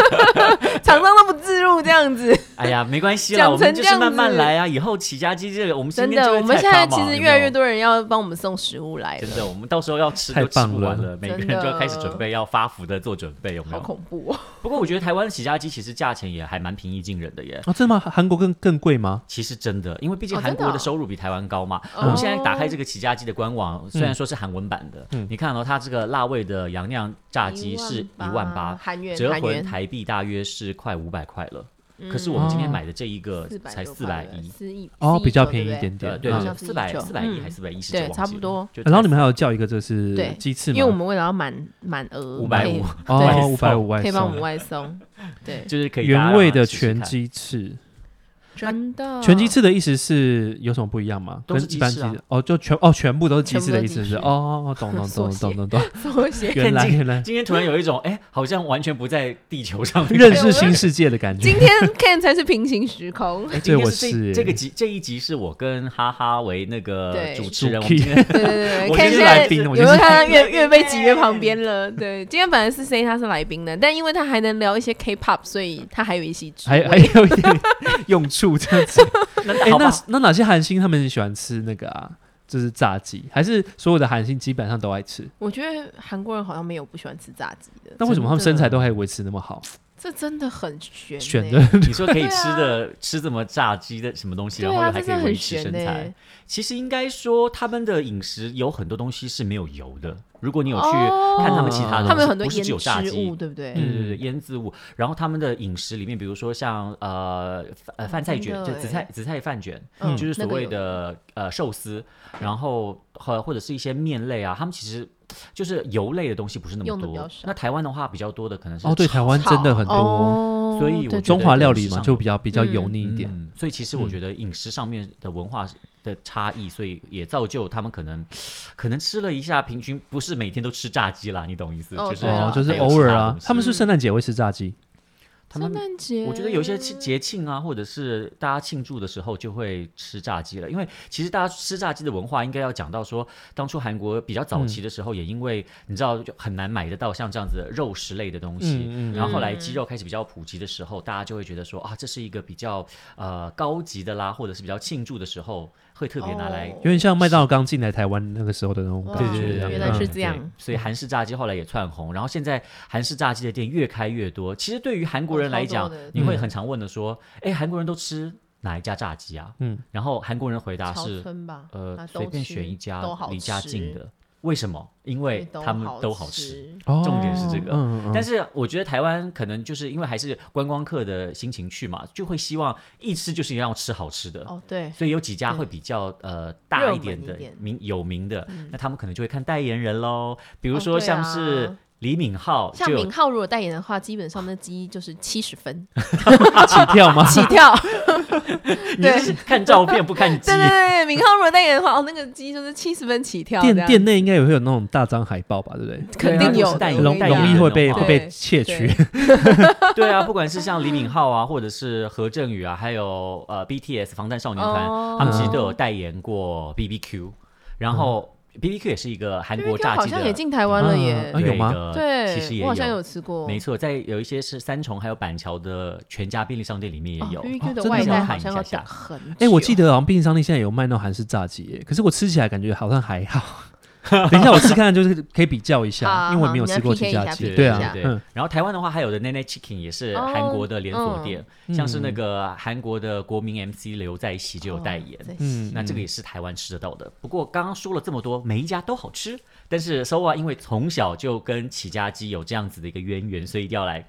S3: 厂商都不置入这样子，
S2: 哎呀，没关系啦，
S3: 讲
S2: 我们
S3: 成
S2: 就
S3: 这
S2: 是
S3: 样
S2: 慢慢
S3: 子
S2: 来啊。以后起家鸡这个，我们今
S3: 真
S2: 天就
S3: 的。
S2: 会
S3: 我们
S2: 菜
S3: 现在
S2: 咖
S3: 其
S2: 嘛
S3: 实
S2: 有
S3: 越来
S2: 没有
S3: 越多人要帮我们送食物来
S2: 真
S3: 了，
S2: 的，我们到时候要吃
S1: 太
S2: 都吃
S1: 棒
S2: 不完
S1: 了
S2: 了，每个人
S3: 真
S2: 就
S3: 的
S2: 要开始准备要发福的做准备，有没
S3: 好
S2: 有？
S3: 恐怖哦！
S2: 不过我觉得台湾的起家鸡其实价钱也还蛮平易近人的耶。
S1: 哦，真的吗？韩国更更贵吗？
S2: 其实真的，因为毕竟
S3: 哦
S2: 韩
S3: 真的
S2: 国的
S3: 哦
S2: 收入比台湾高嘛。
S3: 哦
S2: 我们现在打开这个起家鸡的官网，虽然说是韩文版的，
S1: 嗯
S2: 你看到、哦它这个辣味的洋酿炸鸡是一万八，
S3: 韩元，
S2: 折
S3: 韩
S2: 合
S3: 元。
S2: 台币大约是快五百块了。
S3: 嗯
S2: 可是我们今天
S1: 哦
S2: 买的这一个才四百一，
S3: 四亿
S1: 哦，比较便宜一。点
S2: 对
S1: 点，嗯
S2: 对
S3: 好像
S2: 四百
S3: 419
S2: 四百一还四百一十
S3: 对差不多。
S2: 就
S1: 然后你们还有叫一个这是
S3: 对
S1: 鸡翅
S3: 四亿
S1: 吗？
S3: 多对不对因为我们为了要满满额，
S2: 五百五，
S1: 哦五百五
S3: 可以
S1: 外
S3: 可以帮我们
S1: 送，
S3: 外送。
S2: *laughs*
S3: 对，
S2: 就是可以大家
S1: 原味
S2: 让它
S1: 的
S2: 试试
S1: 全
S2: 看，
S1: 鸡
S3: 嗯
S1: 翅，
S3: 真的
S1: 全鸡
S3: *laughs*
S1: 翅的意思是有什么不一样吗？
S2: 都是
S1: 跟一般
S2: 鸡
S1: 鸡
S2: 翅啊
S1: 翅哦，就全哦全部都是鸡
S3: 全部
S1: 翅的
S3: 都
S1: 意
S3: 是
S1: 思
S3: 鸡
S1: 是
S3: 翅
S1: 哦哦，哦懂懂懂懂懂
S3: *laughs*
S1: 懂，
S3: 缩写
S2: *laughs*
S1: 原来原来
S2: 今天突然有一种哎，好像完全不在地球上的
S1: 认
S2: 感觉
S1: 识新世界的感觉
S3: 今。天 Ken 才是平行时空，
S2: 哎，
S1: 对
S2: 今天
S1: 我
S2: 是
S1: 是
S2: 这这个集这一集是我跟哈哈为那个
S3: 对
S2: 主持人，
S1: 主
S2: 我们今天
S3: 对对对
S2: *laughs*
S3: 对
S2: 我今
S3: ，Ken
S2: 天
S3: 现
S2: 是来
S3: 在
S1: 宾
S3: 有
S1: 我
S3: 没
S1: 今天
S3: 有
S1: 是
S3: 看他越
S2: 宾
S3: 越被挤越旁边了？对，今天本来是 C 他是来宾的，但因为他还能聊一些 K-pop，所以他还有一席之
S1: 还
S3: 位。
S1: 还有一点用处这样子，
S2: *laughs*
S1: 哎、
S2: 好吧
S1: 那那哪些韩星他们喜欢吃那个啊？就是炸鸡，还是所有的韩星基本上都爱吃？
S3: 我觉得韩国人好像没有不喜欢吃炸鸡的，
S1: 那为什么他们
S2: 真
S1: 身
S2: 的
S1: 材都还维持那么好？
S3: 这真的很悬、欸。
S1: 选的
S2: 你说可以吃的吃这么炸鸡的什么东西，
S3: 啊对
S2: 然后又
S3: 啊，
S2: 还
S3: 真
S2: 可
S3: 的
S2: 以维
S3: 很
S2: 持
S3: 悬欸
S2: 身
S3: 呢、
S2: 材。其实应该说，他们的饮食有很多东西是没有油的。如果你有去
S3: 哦
S2: 看他们其他
S1: 嗯
S2: 的东西，
S3: 他们有很多
S2: 不是
S3: 腌
S2: 只有炸
S3: 制
S2: 鸡嗯
S3: 物，。对不对？
S2: 对对对，腌制物。然后他们的饮食里面，比如说像呃饭呃饭菜
S3: 真
S2: 卷，
S3: 的
S2: 就紫
S3: 欸
S2: 菜紫菜饭卷，
S3: 嗯
S2: 就是所
S3: 那个
S2: 谓
S3: 有
S2: 的呃寿司，然后或或者是一些面类啊，他们其实就是油类的东西不是那
S3: 用
S2: 么
S3: 得比
S2: 多
S3: 较。少
S2: 那台湾的话比较多的可能是
S1: 哦，对，台湾真的很多、
S3: 哦
S2: 所以我觉
S3: 对
S1: 中
S2: 得
S1: 华料
S2: 饮食
S1: 理嘛，
S2: 上
S1: 就比较比较
S3: 嗯
S1: 油腻一点。
S2: 嗯。所以其实我觉得饮食上面的文化的差异，所以也造就他们可能可能吃了一下，平均不是每天都吃炸鸡啦，你懂意思？
S3: 哦
S2: 就是
S3: 对啊
S1: 哦，就是
S2: 还有
S1: 偶尔
S2: 其他
S1: 啊
S2: 东。西
S1: 他们是不是圣诞节会吃炸鸡，
S2: 他
S3: 圣
S2: 们。
S3: 诞节，
S2: 我觉得有一些庆节庆啊，或者是大家庆祝的时候就会吃炸鸡了，因为其实大家吃炸鸡的文化应该要讲到说，当初韩国比较早期的时候，也因为你知道就很难买得到像这样子的肉食类的东西，
S1: 嗯嗯
S2: 然后后来鸡肉开始比较普及的时候，大家就会觉得说啊，这是一个比较呃高级的啦，或者是比较庆祝的时候会特别拿来。
S1: 有点像麦当劳刚进来台湾那个时候的那种
S3: 哇
S1: 感觉
S2: 对
S1: 一
S2: 对
S1: 样。
S2: 对
S3: 原来
S1: 嗯
S3: 是这样
S2: 对，所以韩式炸鸡后来也窜红，然后现在韩式炸鸡的店越开越多。其实对于韩国人来
S3: 哦
S2: 讲
S3: 超多的，
S2: 你会很常问的说，哎，韩国人都吃哪一家炸鸡啊？
S1: 嗯，
S2: 然后韩国人回答
S3: 朝
S2: 是，
S3: 村吧，
S2: 呃
S3: 啊，
S2: 随便选一家离家近，的。为什么？因
S3: 都
S2: 为
S3: 吃都好吃
S2: 他们都好吃。。重点是这个
S1: 哦嗯嗯嗯
S2: 但是我觉得台湾可能就是因为还是观光客的心情去嘛，就会希望一吃就是要吃好吃的，
S3: 哦，对，
S2: 所以有几家会比较呃大一点的
S3: 热门一点
S2: 名有名的，那他们可能就会看代言人喽，比如说
S3: 嗯哦对啊
S2: 像是李敏镐，
S3: 像
S2: 就
S3: 敏浩如果代言的话，基本上那鸡就是七十 *laughs* 分
S1: 起跳吗？
S3: 起跳。
S2: 你是看照片不
S3: *laughs*
S2: 看鸡
S3: 对，对啊对，敏浩如果代言的话，哦，那个鸡就是七十分起跳。这
S1: 店
S3: 样
S1: 店内应该也会有那种大张海报吧，对不对？
S2: 对
S3: 肯
S2: 啊
S3: 定有
S2: 都是代言
S3: 我跟
S1: 容
S3: 你
S2: 代
S3: 讲
S1: 容易会被
S2: 人的
S1: 会
S2: 话
S1: 被窃取
S3: 对，
S2: 对啊，不管是像李敏镐啊，或者是何振宇啊，还有呃 BTS 防弹少年团，
S3: 哦
S2: 他们其实都有代言过 BBQ，然
S3: 嗯
S2: 后 BBQ 也是一个韩国
S3: BBQ
S2: 炸
S3: 好
S2: 鸡的
S3: 像也进台湾了
S1: 啊
S3: 耶。
S1: 有吗
S2: 的
S3: 对，
S2: 其实也
S3: 我好像有吃过。
S2: 没错，在有一些是三重还有板桥的全家便利商店里面也有。
S3: 哦 BBQ
S1: 哦
S3: 的
S1: 真的
S3: 外
S1: 吗
S3: 带好像要等很久。
S1: *laughs*
S3: 哦
S1: 哎、我记得好像便利商店现在有卖那种韩式炸鸡耶，可是我吃起来感觉好像还好。 *laughs* 等一下我吃看看，就是可以比较一下，
S3: 好
S1: 因为我也没有
S3: 啊好
S1: 吃过
S3: 你来
S1: 起
S3: PK 一
S1: 炸
S3: 下
S1: 鸡。
S3: PK
S1: 对
S3: 一
S1: 啊
S3: 下，哦
S2: 对
S1: 嗯，。
S2: 然后台湾的话，还有的奈奈 Chicken 也是韩国的连锁店，
S1: 嗯
S2: 像是那个韩国的国民 MC 刘在熙就有代言。
S3: 哦在
S1: 嗯
S2: 那这个也是台湾吃得到的。不过刚刚说了这么多，每一家都好吃，但是 Sova 因为从小就跟起家鸡有这样子的一个渊源，所以一定要来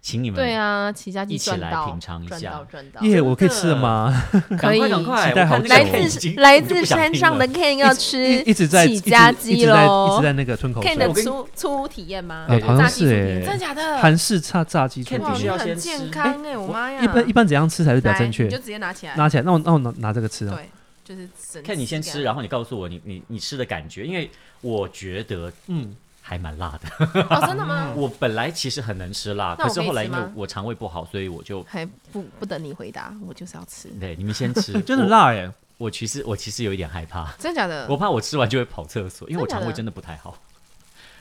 S2: 请你们
S3: 对啊，起家鸡
S2: 一起
S3: 赚
S2: 来
S3: 到，
S2: 品尝一
S3: 赚
S2: 下
S3: 到赚到。
S1: 耶、我可以吃了吗？
S2: 赶快
S3: 可以
S2: 赶快，
S1: 期待好
S2: 我看
S1: 久
S2: 那个
S3: 来
S1: 哦
S2: Ken 已
S3: 自
S2: 经
S3: 来
S2: 就不
S3: 自
S2: 想
S3: 山
S2: 听
S3: 上
S2: 了
S3: 的 Ken *laughs*
S1: *laughs*
S3: 要
S1: 一
S3: 吃
S1: 一直在
S3: 起家
S1: 一
S3: 鸡
S1: 直在一
S3: 喽
S1: 直在那个吞口
S3: Ken
S1: 水
S3: 的
S2: 我。跟你
S3: 初初舞体验吗？
S1: 哎好像
S3: 炸鸡
S1: 是
S3: 初体验
S1: 哎
S3: 真的假的？
S1: 韩式炸炸鸡出
S2: 看
S1: 去
S2: 你必须要
S3: 哇，你
S2: 先
S3: 很
S2: 吃
S3: 健康哎，我妈呀！
S1: 一般一般怎样吃才是比较
S3: 来
S1: 正确
S3: 你就？直接拿起来，
S1: 拿起来，那我那我拿拿这个吃啊。
S3: 对，就是整
S2: 看你先
S3: 这
S2: 吃，
S3: 样
S2: 然后你告诉我你你你吃的感觉，因为我觉得
S1: 嗯，，
S2: 还蛮辣的。
S3: 哦，真的吗？
S2: 我本来其实很能吃辣，
S3: 那我
S2: 可是后来
S3: 可以
S2: 因
S3: 吃吗
S2: 为我肠胃不好，所以我就
S3: 还不不等你回答，我就是要吃，
S2: 对你们先吃
S1: *laughs* 真的辣耶！
S2: 我。我其实我其实有一点害怕，
S3: 真的假的
S2: 我？怕我吃完就会跑厕所，因为我
S3: 真的假
S2: 肠
S3: 的
S2: 胃真的不太好。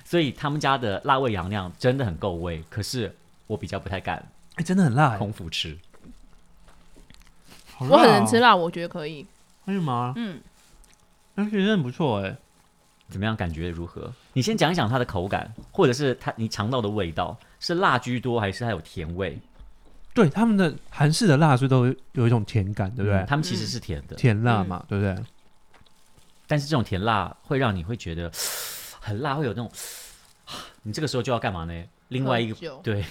S2: 所以他们家的辣味洋酿真的很够味，可是我比较不太敢
S1: 哎、真的很辣耶
S2: 空！腹吃。
S1: 好
S3: 我很能吃
S1: 辣
S3: 辣，我觉得可以。
S1: 哦，是吗？
S3: 嗯，
S1: 但是真的不错哎。
S2: 怎么样？感觉如何？你先讲一讲它的口感，或者是它你尝到的味道是辣居多，还是它有甜味？
S1: 对，他们的韩式
S2: 嗯
S1: 的辣是都有一种甜感，对不对？
S3: 嗯
S2: 嗯他们其实是甜的。
S1: 甜辣嘛，对不对？
S2: 但是这种甜辣会让你会觉得 *sighs* 很辣，会有那种 *sighs* 你这个时候就要干嘛呢？另外一
S3: 喝酒
S2: 个对，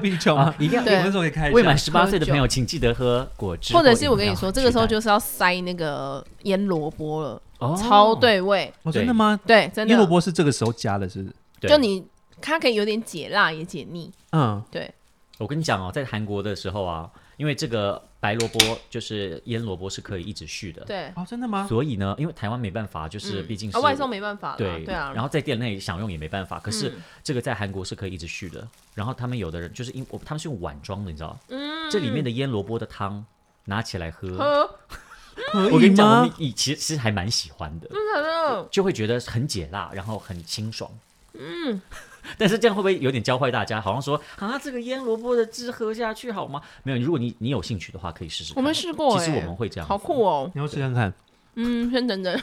S1: 啤酒
S2: 啊
S1: 吗？
S2: 一定要
S3: 对
S1: 我们总可以开一
S2: 未满
S1: 下。
S2: 十八岁的
S3: 喝酒
S2: 朋友，请记得喝果汁或饮
S3: 或
S2: 料，
S3: 者是我跟你说，这个时候
S2: 取代
S3: 就是要塞那个腌萝卜了，
S2: 哦
S3: 超对味。
S1: 哦，真的吗？
S3: 对，真的
S1: 腌萝卜是这个时候加的，是不是？
S2: 对
S3: 就你它可以有点解辣也解腻，
S1: 嗯，
S3: 对，
S2: 我跟你讲哦，在韩国的时候啊，因为这个白萝卜就是腌萝卜是可以一直续的，
S3: 对，啊
S1: 哦，真的吗？
S2: 所以呢，因为台湾没办法，就是
S3: 嗯
S2: 毕竟
S3: 啊
S2: 是
S3: 外送没办法了，
S2: 对
S3: 对啊，
S2: 然后在店内享用也没办法，可是
S3: 嗯
S2: 这个在韩国是可以一直续的。然后他们有的人就是因我他们是用碗装的，你知道，
S3: 嗯
S2: 这里面的腌萝卜的汤拿起来喝，
S3: 喝
S1: 可
S2: 我跟
S1: 以
S2: 你讲，我们
S1: 吗？
S2: 以其实其实还蛮喜欢的，
S3: 真的
S2: 就会觉得很解辣，然后很清爽。嗯， *laughs* 但是这样会不会有点教坏大家？好像说啊，这个腌萝卜的汁喝下去好吗？没有，如果你你有兴趣的话，可以试试看。
S3: 我们试过
S2: 其实
S3: 欸
S2: 我们会啊这样，
S3: 好酷哦，
S1: 你要试看看。
S3: 嗯，先等等，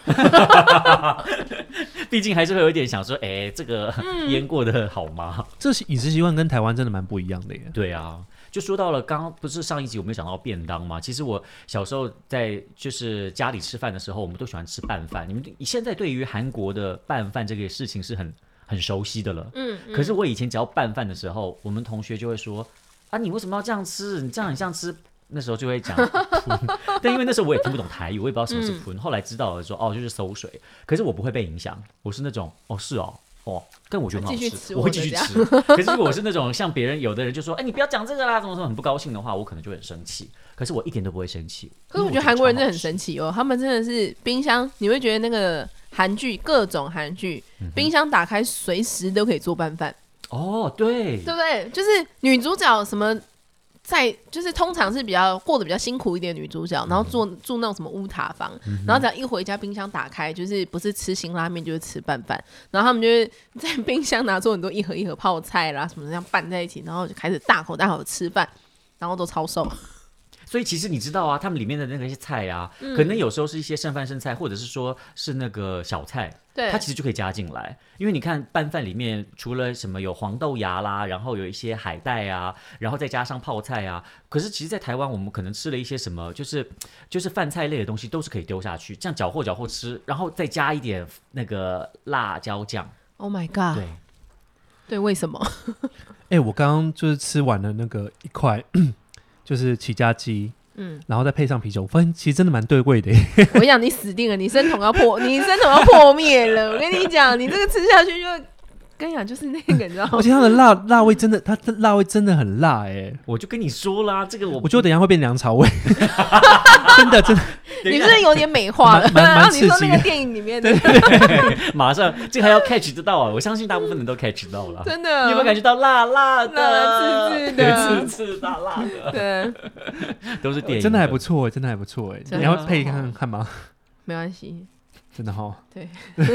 S2: 毕竟还是会有一点想说，哎，这个
S3: 嗯
S2: 腌过的好吗？ *laughs*
S1: 这是饮食习惯跟台湾真的蛮不一样的耶。
S2: 对啊，就说到了刚刚不是上一集我们有讲到便当嘛？其实我小时候在就是家里吃饭的时候，我们都喜欢吃拌饭。你们对现在对于韩国的拌饭这个事情是很很熟悉的了。
S3: 嗯，嗯
S2: 可是我以前只要拌饭的时候，我们同学就会说：“啊，你为什么要这样吃？你这样很像吃。”那时候就会讲， *laughs* 但因为那时候我也听不懂台语，我也不知道什么是
S3: 嗯
S2: 吞。后来知道了说，哦，就是馊水。可是我不会被影响，我是那种，哦，是哦，哦，但我觉得很好
S3: 继
S2: 吃，
S3: 续吃
S2: 我
S3: 我
S2: 会
S3: 的
S2: 继续
S3: 这样
S2: 吃。可是如果我是那种像别人，有的人就说，哎，你不要讲这个啦，怎么怎么很不高兴的话，我可能就会很生气。可是我一点都不会生气。
S3: 可是我
S2: 因
S3: 觉
S2: 为
S3: 得韩国人真的很
S2: 超好
S3: 神奇哦，他们真的是冰箱，你会觉得那个韩剧各种韩剧，
S2: 嗯
S3: 冰箱打开随时都可以做拌饭，
S2: 吃。哦，对，
S3: 对不对？就是女主角什么。在就是通常是比较过得比较辛苦一点的女主角，然后住住那种什么乌塔房，然后只要一回家，冰箱打开就是不是吃辛拉面就是吃拌饭，然后他们就会在冰箱拿出很多一盒一盒泡菜啦什么这样拌在一起，然后就开始大口大口吃饭，然后都超瘦，
S2: 所以其实你知道啊，他们里面的那些菜啊，可能有时候是一些剩饭剩菜，或者是说是那个小菜，
S3: 对
S2: 它其实就可以加进来。因为你看拌饭里面除了什么有黄豆芽啦，然后有一些海带啊，然后再加上泡菜啊，可是其实，在台湾我们可能吃了一些什么，就是就是饭菜类的东西都是可以丢下去，这样搅和搅和吃，然后再加一点那个辣椒酱，
S3: ，Oh my
S1: 啊
S3: god，
S2: 对。
S3: 对，为什么？
S1: 哎、我刚刚就是吃完了那个一块， *clears throat* 就是起家鸡，
S3: 嗯，
S1: 然后再配上啤酒，我发现其实真的蛮对味的
S2: *laughs*
S1: 耶。
S3: 我跟你讲，你死定了，你生酮要破，你生酮要破灭了。我跟你讲，你这个吃下去就，跟你讲就是那个，你知道吗
S1: 而？且它的辣辣味真的，它的辣味真的很辣哎。
S2: 我就跟你说啦，这个我
S1: 我觉得等一下会变梁朝
S2: *laughs*
S1: 伟，真的真的。
S2: 等一
S3: 你
S2: 下
S3: 是不是有点美化了？啊
S1: 蛮蛮蛮
S3: 你说
S1: 刺
S3: 那
S1: 激
S3: 个
S1: 的
S3: 电影里面的，
S2: 马上这个还要 catch 得到啊！我相信大部分人都 catch 到了。
S3: *laughs* 真的
S2: 你有没有感觉到辣辣
S3: 嗯辣
S2: 的、
S3: 刺刺的
S2: 对刺刺辣辣的，
S3: 对，
S2: *laughs* 都是电影，
S1: 真的还不。错，真的还不错哎。
S3: 真的
S1: 你要配看看吗？ *laughs*
S3: 没关系，
S1: 真的哈，
S3: 对，
S1: *laughs*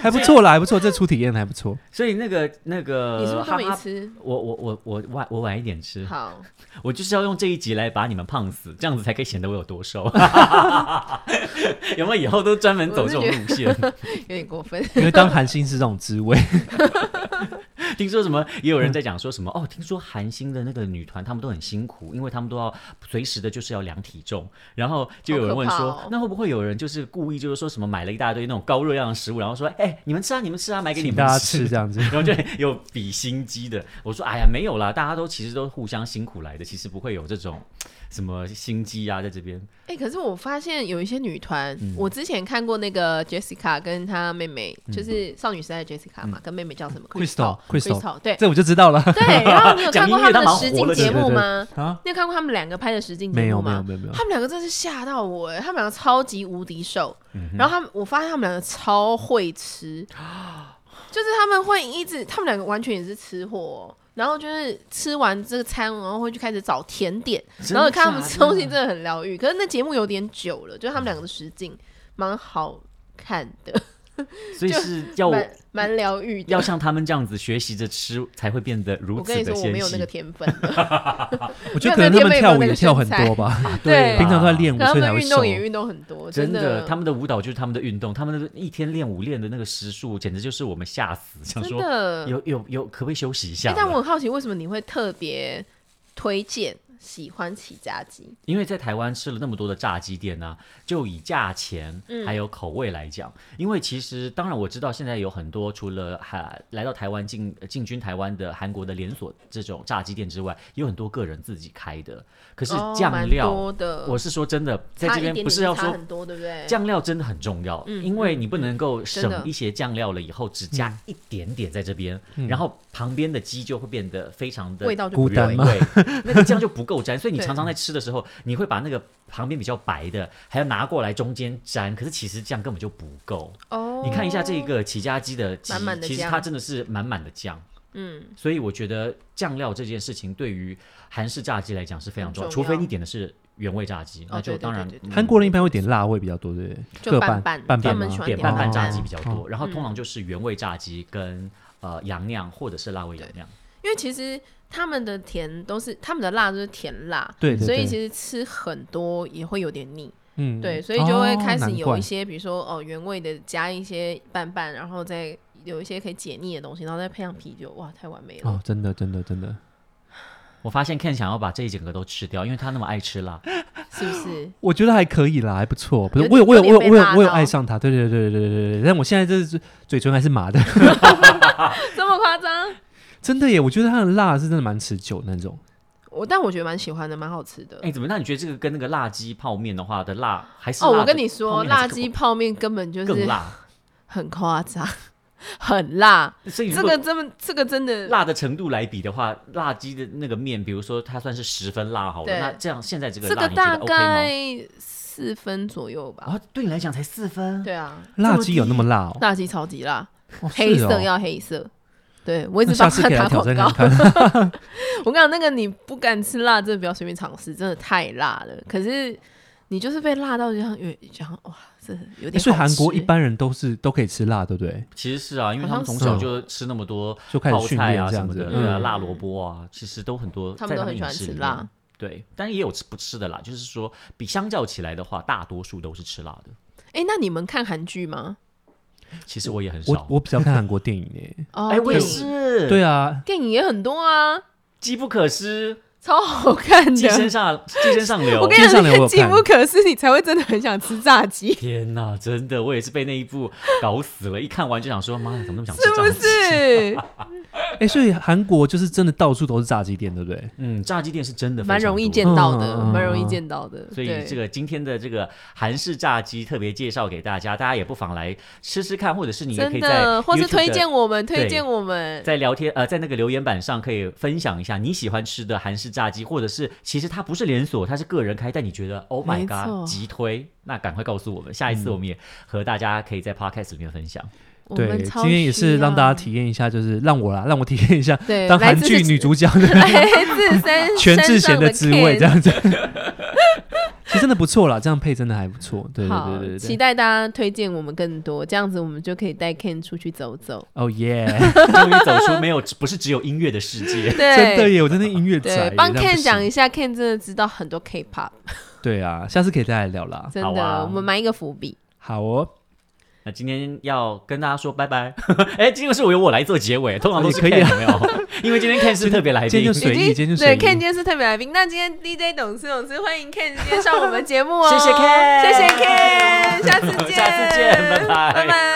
S1: 还不错啦，还不错，这初体验还不错。
S2: 所以那个那个，
S3: 你是不是都没
S2: 哈哈？
S3: 吃？
S2: 我我我我晚我晚一点
S1: 呃
S2: 吃，
S3: 好，
S2: 我就是要用这一集来把你们胖死，这样子才可以显得我有多
S3: *laughs*
S2: 瘦。 *laughs* 有没有以后都专门走这种路线？
S3: 有点过分。 *laughs*
S1: 因为当韩星是这种滋味，
S2: 听说什么也有人
S1: 嗯
S2: 在讲说什么哦，听说韩星的那个女团她们都很辛苦，因为她们都要随时的就是要量体重，然后就有人问
S3: 好可
S2: 说，
S3: 怕哦
S2: 那会不会有人就是故意就是说什么买了一大堆那种高热量的食物，然后说哎、你们吃啊你们吃啊买 *laughs* 给你
S1: 请
S2: 们
S1: 大家吃这样子。
S2: 然后就有比心机的，我说哎呀没有啦，大家都其实都互相辛苦来的，其实不会有这种什么心机啊在这边。
S3: 哎、可是我发现有一些女团，
S2: 嗯
S3: 我之前看过那个 Jessica 跟她妹妹，就是少女时代的 Jessica 嘛，跟妹妹叫什么
S1: 嗯 Crystal- Crystal
S3: Crystal，对
S1: *laughs* 这我就知道了
S3: 对。然后你有看
S2: 讲
S3: 过
S2: 音乐
S3: 他
S2: 她
S3: 们的
S2: 蛮活
S3: 实境
S2: 了的
S3: *laughs* 节目
S1: 对对对
S3: 吗？
S1: 啊，
S3: 你有看过他们两个拍的实境
S1: 没
S3: 节目
S1: 有
S3: 吗？
S1: 没有没有没有
S3: 他们两个真是吓到我哎！他们两个超级无敌瘦，然后他们我发现他们两个超会吃，就是他们会一直，他们两个完全也是吃货哦、然后就是吃完这个餐，然后会去开始找甜点，然后看他们吃东西真的很疗愈。可是那节目有点久了，就是他们两个的实境蛮好看的，
S2: 所以是
S3: *laughs*
S2: 要
S3: 蛮蛮疗愈的
S2: 要。像他们这样子学习着吃，才会变得如
S3: 我
S2: 此
S3: 跟你
S2: 的
S3: 说，我
S2: 纤
S3: 没有那
S2: 细
S3: 个。天分 *laughs* 了，
S1: 我觉得可能他们跳舞也跳很多吧，
S3: *laughs* 对啊
S1: 平常都在练舞，
S3: 可他
S1: 所以才
S3: 们
S1: 会
S3: 运
S1: 瘦
S3: 动。也运动很多，
S2: 真
S3: 的，
S2: 他们的舞蹈就是他们的运动，他们的一天练舞练的那个时数，简直就是我们吓死，想
S3: 真
S2: 说
S3: 的
S2: 有有有，可不可以休息一下
S3: 欸
S2: 了？
S3: 但我很好奇，为什么你会特别推荐喜欢起家鸡，
S2: 因为在台湾吃了那么多的炸鸡店呢、就以价钱
S3: 嗯
S2: 还有口味来讲，因为其实当然我知道现在有很多除了韩来到台湾进进军台湾的韩国的连锁这种炸鸡店之外，也有很多个人自己开的。可是
S3: 哦
S2: 酱
S3: 蛮
S2: 料，
S3: 多的，
S2: 我是说真的，在
S3: 差
S2: 这
S3: 一
S2: 边
S3: 点
S2: 不是
S3: 点
S2: 要
S3: 差
S2: 说
S3: 很多，对不对？嗯
S2: 酱料真的很重要，因为你不能够
S3: 真
S2: 省
S3: 的嗯
S2: 一些酱料了以后，只加一点点在这边，然后旁边的鸡就会变得非常的
S3: 味道就
S1: 嗯孤
S3: 不一样
S1: 单
S2: 对
S1: 吗
S2: 对，那个酱就不够
S3: *laughs*
S2: 沾，所以你
S3: 对
S2: 常常在吃的时候，你会把那个旁边比较白的，还要拿过来中间沾，可是其实酱根本就不够。
S3: 哦，
S2: 你看一下这个起家鸡的鸡，
S3: 满满的
S2: 其实
S3: 酱
S2: 它真的是满满的酱。
S3: 嗯，
S2: 所以我觉得酱料这件事情对于韩式炸鸡来讲是非常重要，
S3: 很重
S2: 除
S3: 要
S2: 非你点的是原味炸鸡，
S3: 哦
S2: 那就
S3: 对对
S2: 当然嗯
S3: 对对对
S1: 韩国人一般会点辣味比较多，对不对？
S3: 就
S1: 各
S3: 拌
S1: 拌
S3: 拌
S1: 拌
S3: 他
S1: 拌
S3: 们
S1: 吗
S3: 喜欢
S2: 点
S3: 拌
S2: 拌拌
S3: 拌
S2: 炸鸡比较
S1: 哦
S2: 多，然后通
S3: 嗯
S2: 常就是原味炸鸡跟呃洋酿或者是辣味洋酿。
S3: 因为其实他们的甜都是他们的辣都是甜辣，
S1: 对对
S3: 所以
S1: 对
S3: 其实吃很多也会有点腻，
S1: 嗯，
S3: 对，所以就会
S1: 哦
S3: 开始
S1: 难
S3: 有
S1: 怪
S3: 一些，比如说哦原味的加一些拌拌，然后再有一些可以解腻的东西，然后再配上啤酒，哇，太完美了。
S1: 哦，真的真的真的，
S2: 我发现 Ken 想要把这一整个都吃掉，因为他那么爱吃辣。
S3: 是不
S2: *laughs*
S3: 是？
S1: 我觉得还可以啦，还不错。不是
S3: 有，
S1: 我有我有我
S3: 有
S1: 有
S3: 点被
S1: 我有
S3: 辣
S1: 我有
S3: 到
S1: 爱上他，对对对对对对对。但我现在这是嘴唇还是麻的，
S3: 这么夸张？
S1: 真的耶！我觉得它的辣是真的蛮持久的那种。
S3: 我但我觉得蛮喜欢的，蛮好吃的。
S2: 哎，怎么？那你觉得这个跟那个辣鸡泡面的话的辣还是
S3: 哦，
S2: 辣
S3: 我
S2: 的
S3: 跟你说，
S2: 泡面还
S3: 辣
S2: 是
S3: 鸡泡面根本就
S2: 更更
S3: 是
S2: 辣，
S3: 很夸张， *laughs* 很辣。
S2: 所以如
S3: 这
S2: 果
S3: 个真的，这个真的
S2: 辣的程度来比的话，辣鸡的那个面，比如说它算是十分辣好了，
S3: 对
S2: 那这样现在这个
S3: 这
S2: 辣
S3: 个
S2: 你觉
S3: 大
S2: 得 OK 吗？
S3: 概四分左右吧。
S2: 啊，对你来讲才四分，
S3: 对啊，
S1: 辣鸡有那么辣哦？
S3: 辣鸡超级辣，
S1: 哦
S3: 黑
S1: 是哦
S3: 色要黑色。对我一
S1: 那
S3: 直
S1: 下
S3: 帮
S1: 次
S3: 他
S1: 可以来
S3: 打
S1: 挑
S3: 广
S1: 战
S3: 告
S1: 看。看。
S3: *laughs* 我跟你讲，那个你不敢吃辣，真的不要随便尝试，真的太辣了。可是你就是被辣到就像有想哇，这有点好吃、
S1: 所以韩国一般人都是都可以吃辣，对不对？
S2: 其实是啊，因为
S3: 好
S2: 他们
S3: 像
S2: 从
S1: 是
S2: 小
S1: 哦
S2: 就吃那么多
S1: 就开始
S2: 泡
S1: 训
S2: 菜
S1: 练
S2: 啊
S1: 这
S2: 什
S1: 样
S2: 么
S1: 子。
S2: 的，
S1: 嗯
S2: 对啊，辣萝卜啊，其实都很多，
S3: 他们
S2: 在
S3: 都
S2: 们
S3: 很
S2: 饮
S3: 喜欢
S2: 食
S3: 吃
S2: 里
S3: 辣
S2: 面。对，但也有吃不吃的啦，就是说比相较起来的话，大多数都是吃辣的。
S3: 哎、那你们看韩剧吗？
S2: 其实我也很
S1: 我
S2: 少，
S1: 我比较看韩国电影
S2: *laughs*
S1: 诶。
S3: 哦，
S2: 哎，我也
S3: 电影
S2: 是，
S1: 对，啊，
S3: 电影也很多啊，
S2: 机不可失，
S3: 超好看
S2: 寄生
S3: 的。 *laughs*
S2: 上寄生上流
S3: 啊我。跟你
S1: 街上
S3: 讲，
S1: 的
S3: 那
S1: 我有
S3: 个机
S1: 看
S3: 不可失，你才会真的很想吃
S1: *laughs*
S3: 炸鸡，
S2: 天呐，真的，我也是被那一部搞死了。一看完就想说，妈呀，怎么那么想吃
S3: 是不
S2: 炸鸡？
S3: 是？
S1: 哎，所以韩国就是真的到处都是炸鸡店，对不对？
S2: 嗯，炸鸡店是真的非
S3: *laughs* 蛮
S2: 常
S3: 容易
S2: 多
S3: 见到的，
S1: 嗯
S3: 蛮容易见到的。
S2: 所以
S3: 对
S2: 这个今天的这个韩式炸鸡特别介绍给大家，大家也不妨来吃吃看，或者是你也可
S3: 真
S2: 以在
S3: 的，或是
S2: YouTube
S3: 推荐
S2: 的
S3: 我们，
S2: 对
S3: 推荐我们。
S2: 在聊天呃，在那个留言板上可以分享一下你喜欢吃的韩式炸鸡，或者是其实它不是连锁，它是个人开，但你觉得 Oh my
S3: 没错
S2: God 急推，那赶快告诉我们，下一
S1: 嗯
S2: 次我们也和大家可以在 Podcast 里面分享。 *laughs*
S3: 我
S1: 对，
S3: 们超
S1: 今天也是让大家
S3: 需 *laughs*
S1: 体验一下，就是让我啦，让我体验一下
S3: 对
S1: 当
S3: 来
S1: 韩
S3: 自
S1: 剧
S3: 自
S1: 女主角
S3: *laughs*
S1: 的
S3: 要来哎
S1: *laughs*
S3: 自 *laughs* 身
S1: 全智贤的滋味，这。
S3: 身上 Ken
S1: 样子。 *laughs* 其实真的不错啦，这样配真的还不错。对对
S3: 好
S1: 对对，对
S3: 期
S1: 对。
S3: 待大家推荐我们更多，这样子我们就可以带 Ken 出去
S1: *laughs*
S3: 走走。
S1: 哦
S3: *laughs*
S1: 耶！
S2: 终于走出没有不是只有音乐的世界。
S1: 真的
S3: 对
S1: 耶，我真的音乐宅
S3: 对
S1: 耶。，
S3: 帮
S1: 这样不
S3: Ken 讲
S1: 行
S3: 一下，Ken 真的知道很多 K-pop，
S1: 对啊，下次可以再来聊啦。
S3: 真
S2: 好
S3: 的，
S2: 啊
S3: 我们埋一个伏笔。
S1: 好哦，
S2: 那今天要跟大家说拜 *laughs* 拜。哎，这个是我由我来做结尾，通常都是
S1: 可以
S2: Ken，
S1: 啊
S2: 有没有？ *laughs* 因为今天 Ken 是特别来
S1: 今
S2: 宾
S1: 天，就随意
S3: 已
S1: 今天就随
S3: 对
S1: 意
S3: Ken 今天是特别来宾，那今天 DJ 董事董事欢迎 Ken 今天上我们节目哦，
S2: 谢谢 Ken
S3: 谢谢 Ken，下次见，
S2: 下次见拜拜
S3: 拜拜。